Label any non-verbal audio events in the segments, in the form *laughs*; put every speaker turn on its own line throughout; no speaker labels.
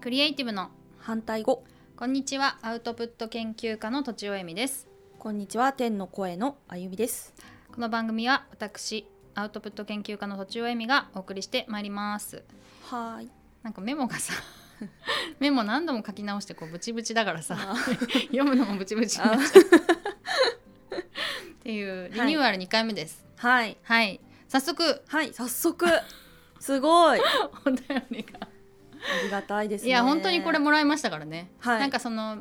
クリエイティブの
反対語
こんにちはアウトプット研究家のとちおえみです
こんにちは天の声のあゆみです
この番組は私アウトプット研究家のとちおえみがお送りしてまいります
はーい
なんかメモがさ *laughs* メモ何度も書き直してこうブチブチだからさ
あ
読むのもブチブチになっちゃうっていうリニューアル2回目です
はい
はい、早速
はい
*laughs*
早速すごいあ
お便りが
りがたいで
い
すね
や本当にこれもらいましたからね、
はい
なんかその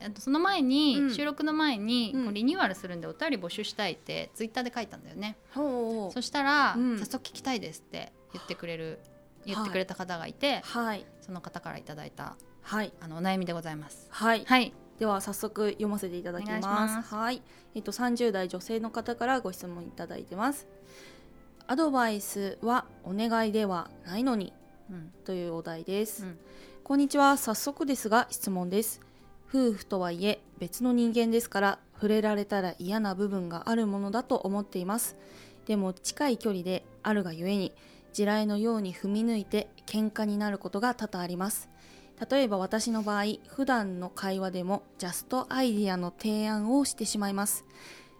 えっとその前に、
うん
収録の前に、
うん
こうリニューアルするんでお便り募集したいってツイッターで書いたんだよね、
ほう
そしたら、
うん
早速聞きたいですって言ってくれる言ってくれた方がいて、
はい
その方からいただいた
はい
あのお悩みでございます
はい
はい
では早速読ませていただきます
お願いします
はいえっと30代女性の方からご質問いただいてますアドバイスはお願いではないのに
うん
というお題です、
うん
こんにちは早速ですが質問です夫婦とはいえ別の人間ですから触れられたら嫌な部分があるものだと思っていますでも近い距離であるがゆえに地雷のように踏み抜いて喧嘩になることが多々あります例えば私の場合普段の会話でもジャストアイディアの提案をしてしまいます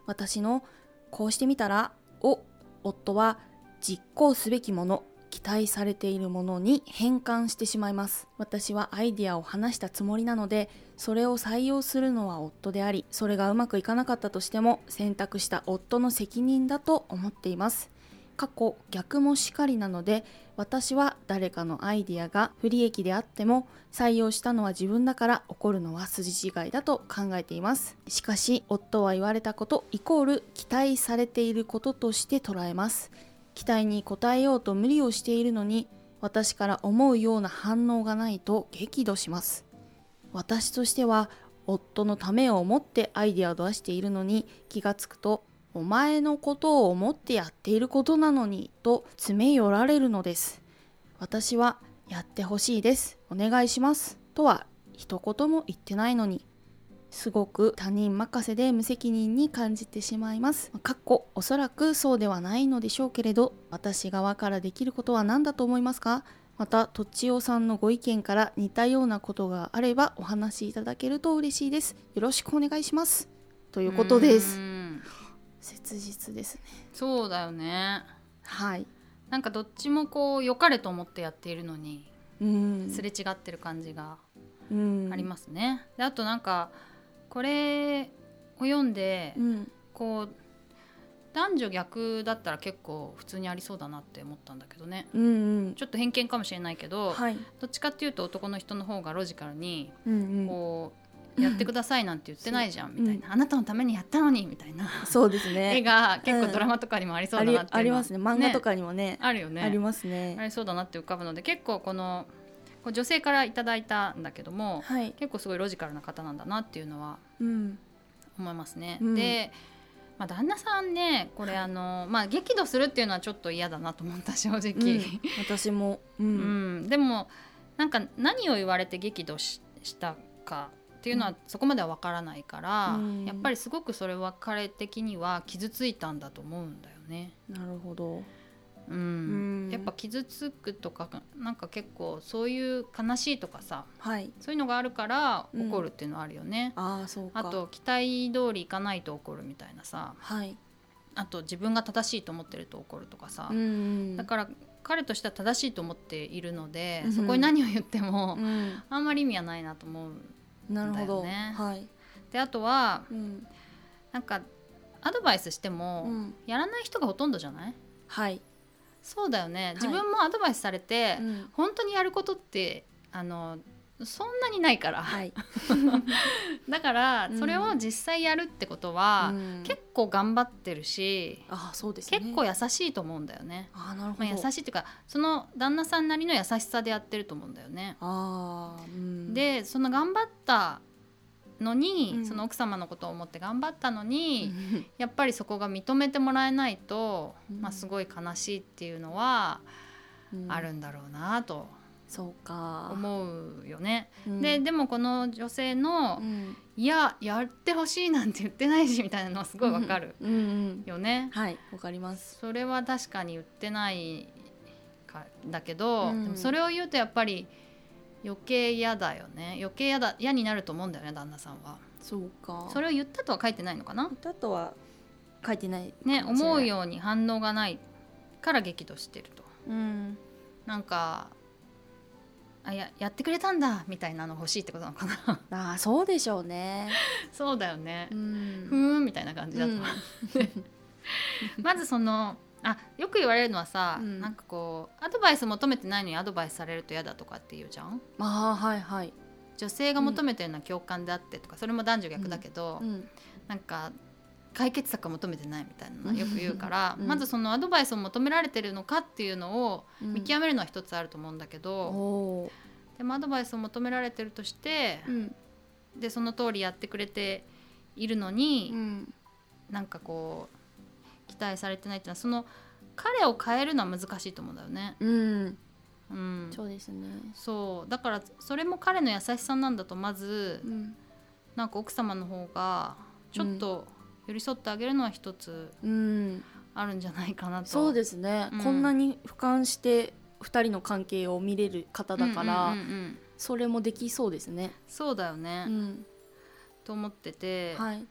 私のこうしてみたらを夫は実行すべきもの期待されているものに変換してしまいます私はアイディアを話したつもりなのでそれを採用するのは夫でありそれがうまくいかなかったとしても選択した夫の責任だと思っています過去逆もしかりなので私は誰かのアイディアが不利益であっても採用したのは自分だから起こるのは筋違いだと考えていますしかし夫は言われたことイコール期待されていることとして捉えます期待に応えようと無理をしているのに私から思うような反応がないと激怒します私としては夫のためを思ってアイデアを出しているのに気がつくとお前のことを思ってやっていることなのにと詰め寄られるのです私はやってほしいですお願いしますとは一言も言ってないのにすごく他人任せで無責任に感じてしまいます。かっこおそらくそうではないのでしょうけれど私側からできることは何だと思いますかまたとちおさんのご意見から似たようなことがあればお話しいただけると嬉しいです。よろしくお願いします。ということで
う
す。
ん
切実ですね。
そうだよね
はい。
なんかどっちもこう良かれと思ってやっているのに
うん。
すれ違ってる感じが
うん
ありますね、であとなんかこれを読んで、
うん。
こう男女逆だったら結構普通にありそうだなって思ったんだけどね
うんうん。
ちょっと偏見かもしれないけど、
はい。
どっちかっていうと男の人の方がロジカルに
うんうん。
こう、やってくださいなんて言ってないじゃん
そう
みたいな、あなたのためにやったのにみたいな、
そうです
絵
ね。
が結構ドラマとかにもありそ
あ
うだ
り
なって
あ
いう
り
のは
ますね。漫画とかにもね。
あるよね
ありますね。
ありそうだなって浮かぶので結構このこう女性からいただいたんだけども、
はい。
結構すごいロジカルな方なんだなっていうのは
うん。
思いますね。
うん
で、まあ、旦那さんねこれあの、まあ、激怒するっていうのはちょっと嫌だなと思った正
うん
*laughs* 直、
私も、う
うん
ん
でもなんか何を言われて激怒ししたかっていうの
う
はそこまでは分からないから、
うん
やっぱりすごくそれは彼的には傷ついたんだと思うんだよね。
なるほど、
うん
うん
やっぱ傷つくとかなんか結構そういう悲しいとかさ
はい、
そういうのがあるから怒るっていうのはあるよね。
ああそうか、
あと期待通りいかないと怒るみたいなさ
はい、
あと自分が正しいと思ってると怒るとかさ、
ん
だ
ら、
から彼としては正しいと思っているので、
うん
そこに何を言っても、
うん、
あんまり意味はないなと思う
なるほど、
だよね
はい、
であとは
うん、
なんかアドバイスしても、
うん、
やらない人がほとんどじゃない
はい、
そうだよね、
い
自分もアドバイスされて、
うん、
本当にやることってあのそんなにないから、
はい、
*laughs* だから
うん
それを実際やるってことは、
うん
結構頑張ってるし、
ああそうですね、
結構優しいと思うんだよね。
ああなるほ
ま
ど、
あ、優しいっていうかその旦那さんなりの優しさでやってると思うんだよね。
ああ、うん、、
でその頑張ったのに、
うん
その奥様のことを思って頑張ったの
う
に、
ん、
やっぱりそこが認めてもらえないと、
うん
まあ、すごい悲しいっていうのは
うん
ある、んだろうなと
そうか、
思うよね。
うん
で、でもこの女性の
うん、
「いややってほしいなんて言ってないし」みたいなのはすごいわかる
うん、うん、
よね。
はい、わかります、
それは確かに言ってないかだけど、
うん
でもそれを言うとやっぱり余計嫌だよね余計嫌だ嫌になると思うんだよね旦那さんは
そうか
それを言ったとは書いてないのかな
だとは書いてない
ね
かもしれない
思うように反応がないから激怒してると
うん
なんかあややってくれたんだみたいなの欲しいってことなのか
*laughs*
な
ああそうでしょうね
そうだよね
う、ん
ふーんみたいな感じだと、
うん
*laughs* まずそのあよく言われるのはさ、
うん
なんかこうアドバイス求めてないのにアドバイスされると嫌だとかって言うじゃん
まあはいはい
女性が求めてるのは共感であってとか、それも男女逆だけど、
うん
なんか解決策を求めてないみたいなのよく言うから、
うん
まずそのアドバイスを求められてるのかっていうのを見極
め
めるのは一つあると思うんだけど、
おー
でもアドバイスを求められてるとして、
うん
でその通りやってくれているのに、
うん
なんかこう期待されてないっていうのはその彼を変えるのは難しいと思うんだよね。
うん
うん、
そうですね
そうだからそれも彼の優しさなんだとまず、
うん
なんか奥様の方がちょっと寄り添ってあげるのは一つ
うん
あるんじゃないかなと。
そうですね
うん
こんなに俯瞰して二人の関係を見れる方だから
うんうんうんうん
それもできそうですね
そうだよね、
うん
と思ってて、
はい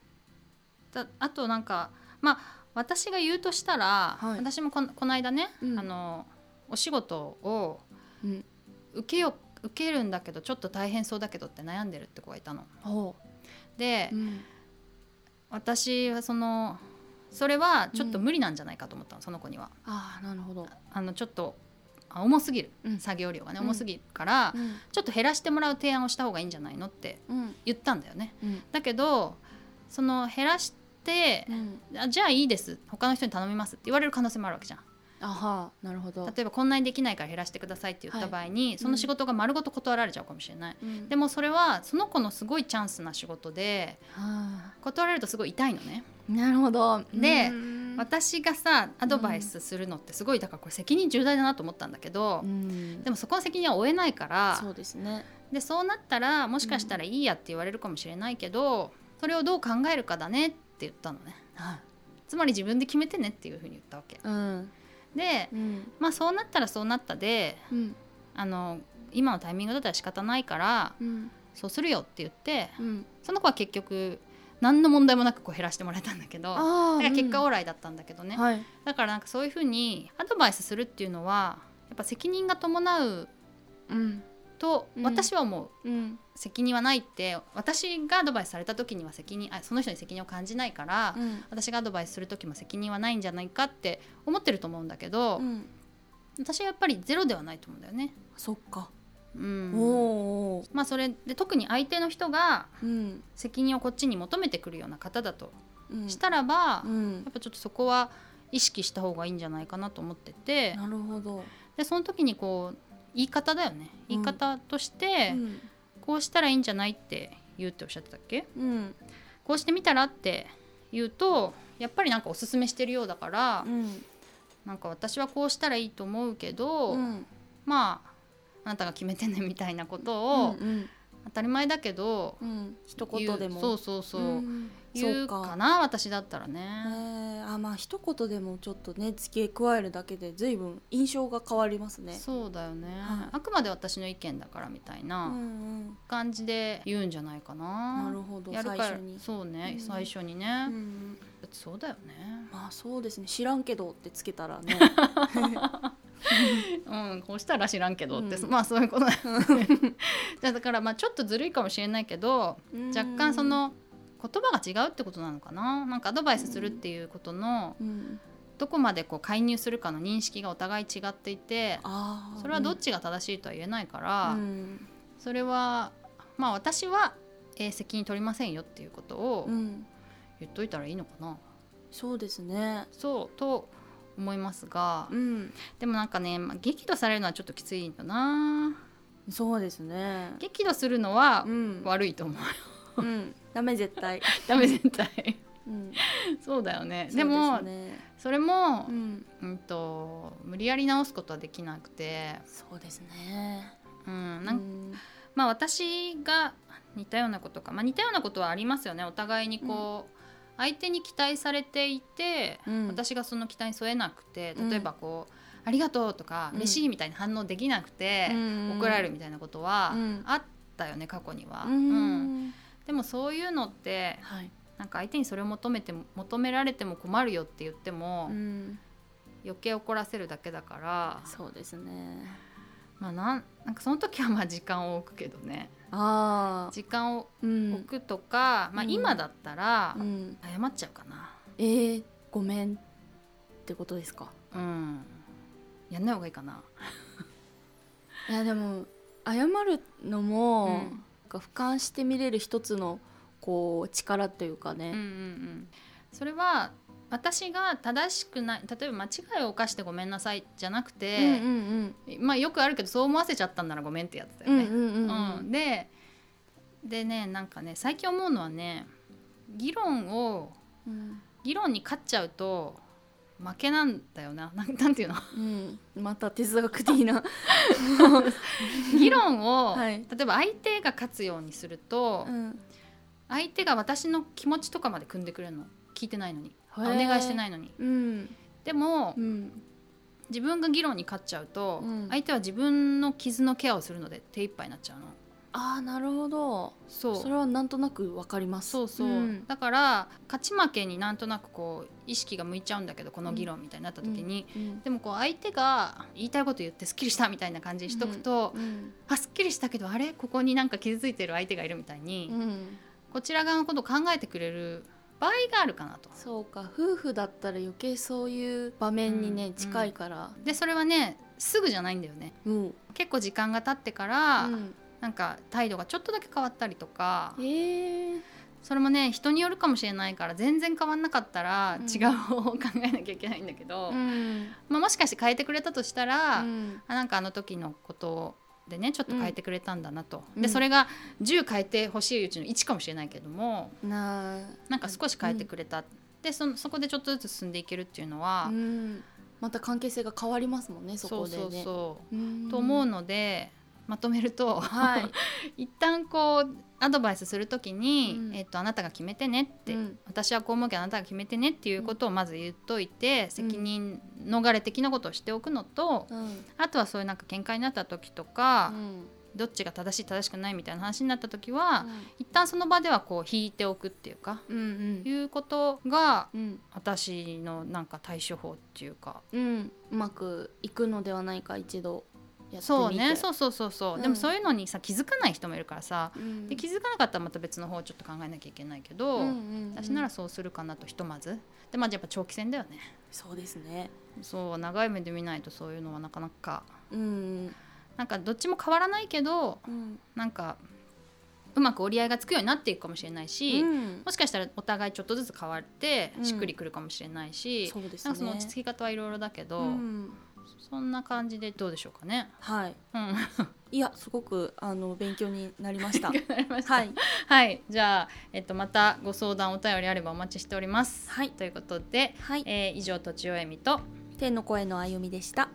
だあとなんかまあ私が言うとしたら、
はい
私もこのこの間ね、
うん
あのお仕事を
うん
受けよ受けるんだけどちょっと大変そうだけどって悩んでるって子がいたの。
ほ
で、
ううん
私はそのそれはちょっと無理なんじゃないかと思ったの、その子には。
ああなるほど
あのちょっとあ重すぎる、
うん
作業量がね
うん
重すぎるから、
うん
ちょっと減らしてもらう提案をした方がいいんじゃないのって
うん
言ったんだよね。
うん
だけどその減らして
うん
あじゃあいいです他の人に頼みますって言われる可能性もあるわけじゃん
あはーなるほど
例えばこんなにできないから減らしてくださいって言った場合に、その仕事が丸ごと断られちゃうかもしれない、
うん
でもそれはその子のすごいチャンスな仕事で
は
断られるとすごい痛いのね、
ーなるほど
で
うん
私がさアドバイスするのってすごいだからこれ責任重大だなと思ったんだけど、
うん
でもそこの責任は負えないから
そうですね
でそうなったらもしかしたらいいやって言われるかもしれないけど、それをどう考えるかだねって言ったのね
はい
つまり自分で決めてねっていうふうに言ったわけ
うん
で
うん
まあそうなったらそうなったで
うん
あの今のタイミングだったら仕方ないから
うん
そうするよって言って
うん
その子は結局何の問題もなくこう減らしてもらえたんだけどだ
あ
から結果オ
は
ーライだったんだけどね、
はい
だからなんかそういうふうにアドバイスするっていうのはやっぱ責任が伴う
うん
と
うん
私は思う、
うん
責任はないって私がアドバイスされた時には責任あその人に責任を感じないから、
うん
私がアドバイスする時も責任はないんじゃないかって思ってると思うんだけど、
うん
私はやっぱりゼロではないと思うんだよね。
そっか
うん
おお
まあそれで特に相手の人が
うん
責任をこっちに求めてくるような方だと
うん
したらば、
う
や
ん
っぱちょっとそこは意識した方がいいんじゃないかなと思ってて
なるほど
でその時にこう言い方だよね言い方として、
うん
こうしたらいいんじゃないって言うっておっしゃってたっけ
うん
こうしてみたらって言うとやっぱりなんかおすすめしてるようだから、
うん
なんか私はこうしたらいいと思うけど、
うん
まああなたが決めてねみたいなことを、
うん
当たり前だけど
うんうん一
言う
言でも
そうそうそう、
うん
言
そうう
か
か
な私だったら
え
ね、
ーあまあ一言でもちょっとね付け加えるだけで随分印象が変わりますね
そうだよね、
はい
あくまで私の意見だからみたい
うんう
なん感じで言うんじゃないかな、
なるほど
や
最
るから
初に
そうね、
うん
最初にね、
う
だ
んうん
ってそうだよね
まあそうですね知らんけどってつけた
*laughs*
らね
うん、こうしたら知らんけどって、
うん
まあそういうことだよねじゃあ *laughs* だからまあちょっとずるいかもしれないけど若干その言葉が違うってことなのかななんかアドバイスするっていうことの
うん
どこまでこう介入するかの認識がお互い違っていて
あー
それはどっちが正しいとは言えないから、
うん
それはまあ私は、えー責任取りませんよっていうことを
うん
言っといたらいいのかな、
そうですね
そうと思いますが
うん
でもなんかね、まあ、激怒されるのはちょっときついんだな
そうですね
激怒するのは
うん
悪いと思う
うんダメ絶
*laughs*
対
ダメ絶対
うん
そうだよね
*laughs* そう
でも
すね
それも
う、ん
うん、と無理やり直すことはできなくて、
そうですね
うん
う
なん
ん
まあ、私が似たようなことか、まあ、似たようなことはありますよねお互いにこう、相手に期待されていて、
うん
私がその期待に添えなくて例えばこう、ありがとう」とか「
うん
嬉しい」みたいに反応できなくて、怒られるみたいなことは
うん
あったよね過去には、
う
うん
ん
でもそういうのって
はい
なんか相手にそれを求めても求められても困るよって言っても、
うん
余計怒らせるだけだから、
そうですね
まあ、なんなんかその時はまあ時間を置くけどね
ああ
時間を
うん
置くとか、まあ、
うん
今だったら
うん
謝っちゃうかな、
えー、ごめんってことですか
うん、やんない方がいいかな。
いやでも謝るのも、
うん
なんか俯瞰して見れる一つのこう力っていうか
うんうんう
ね、
ん、それは私が正しくない例えば間違いを犯してごめんなさいじゃなく
うん、うん
て、まあよくあるけどそう思わせちゃったんならごめんってやつだ
う
よ
ん
ね。
うんうんうん
うんででねなんかね最近思うのはね議論を
うん
議論に勝っちゃうと負けなんだよな *laughs* なんなんて
*laughs*
いうの
うんまた哲学的な
議論を、
はい
例えば相手が勝つようにすると、
うん
相手が私の気持ちとかまで組んでくれるの聞いてないのにお願いしてないのに。
うん
でも、
うん
自分が議論に勝っちゃうと、
うん
相手は自分の傷のケアをするので手一杯になっちゃうの
ああなるほど
そう
それはなんとなくわかります
そうそう、
ん
だから勝ち負けになんとなくこう意識が向いちゃうんだけどこの議論みたいになった時に、
うん
でもこう相手が言いたいこと言ってすっきりしたみたいな感じにしとくと、
うん
あすっきりしたけどあれここになんか傷ついてる相手がいるみたいに、
うん
こちら側のことを考えてくれる場合があるかなと。
そうか夫婦だったら余計そういう場面にね、
うん
近いから
でそれはねすぐじゃないんだよね
もう、
結構時間が経ってから、
うん、
なんか態度がちょっとだけ変わったりとか
ええ
それもね人によるかもしれないから全然変わんなかったら
うん
違う方法を考えなきゃいけないんだけど、
うん
まあ、もしかして変えてくれたとしたら、
うん
あなんかあの時のことでねちょっと変えてくれたんだなと、
うん
で
うん
それが10変えてほしいうちの1かもしれないけども
なあ
なんか少し変えてくれた、でそのそこでちょっとずつ進んでいけるっていうのは、
うん、また関係性が変わりますもんねそこでね
そうそうそう、
うん
と思うのでまとめると、
はい
*laughs* 一旦こうアドバイスするときに、
うん
えっとあなたが決めてねって、
うん
私はこう思うけどあなたが決めてねっていうことをまず言っといて、責任逃れ的なことをしておくのと、
うん
あとはそういうなんか喧嘩になった時とか、
うん
どっちが正しい正しくないみたいな話になった時は、一旦その場ではこう引いておくっていうか、
うんうん
いうことが
うん
私のなんか対処法っていうか
うんうまくいくのではないか一度やってみて
そうねそうそうそうそう、
うん
でもそういうのにさ気づかない人もいるからさ、
うん
で気づかなかったらまた別の方をちょっと考えなきゃいけないけど、
うんうんうん
私ならそうするかなとひとまずでまあやっぱ長期戦だよね
そうですね
そう長い目で見ないとそういうのはなかなか
うん
なんかどっちも変わらないけど
うん
なんかうまく折り合いがつくようになっていくかもしれないし、
うん
もしかしたらお互いちょっとずつ変わって
うん
しっくりくるかもしれないし、
そうですね
なんかその落ち着き方はいろいろだけど、
うん
そんな感じでどうでしょうかね。
はい
うん、
いやすごくあの勉強になりました
わかりました
はい
はい、じゃあ、えっと、またご相談お便りあればお待ちしております。
はい
ということで、
はい
えー以上とちおえみと
天の声のあゆみでした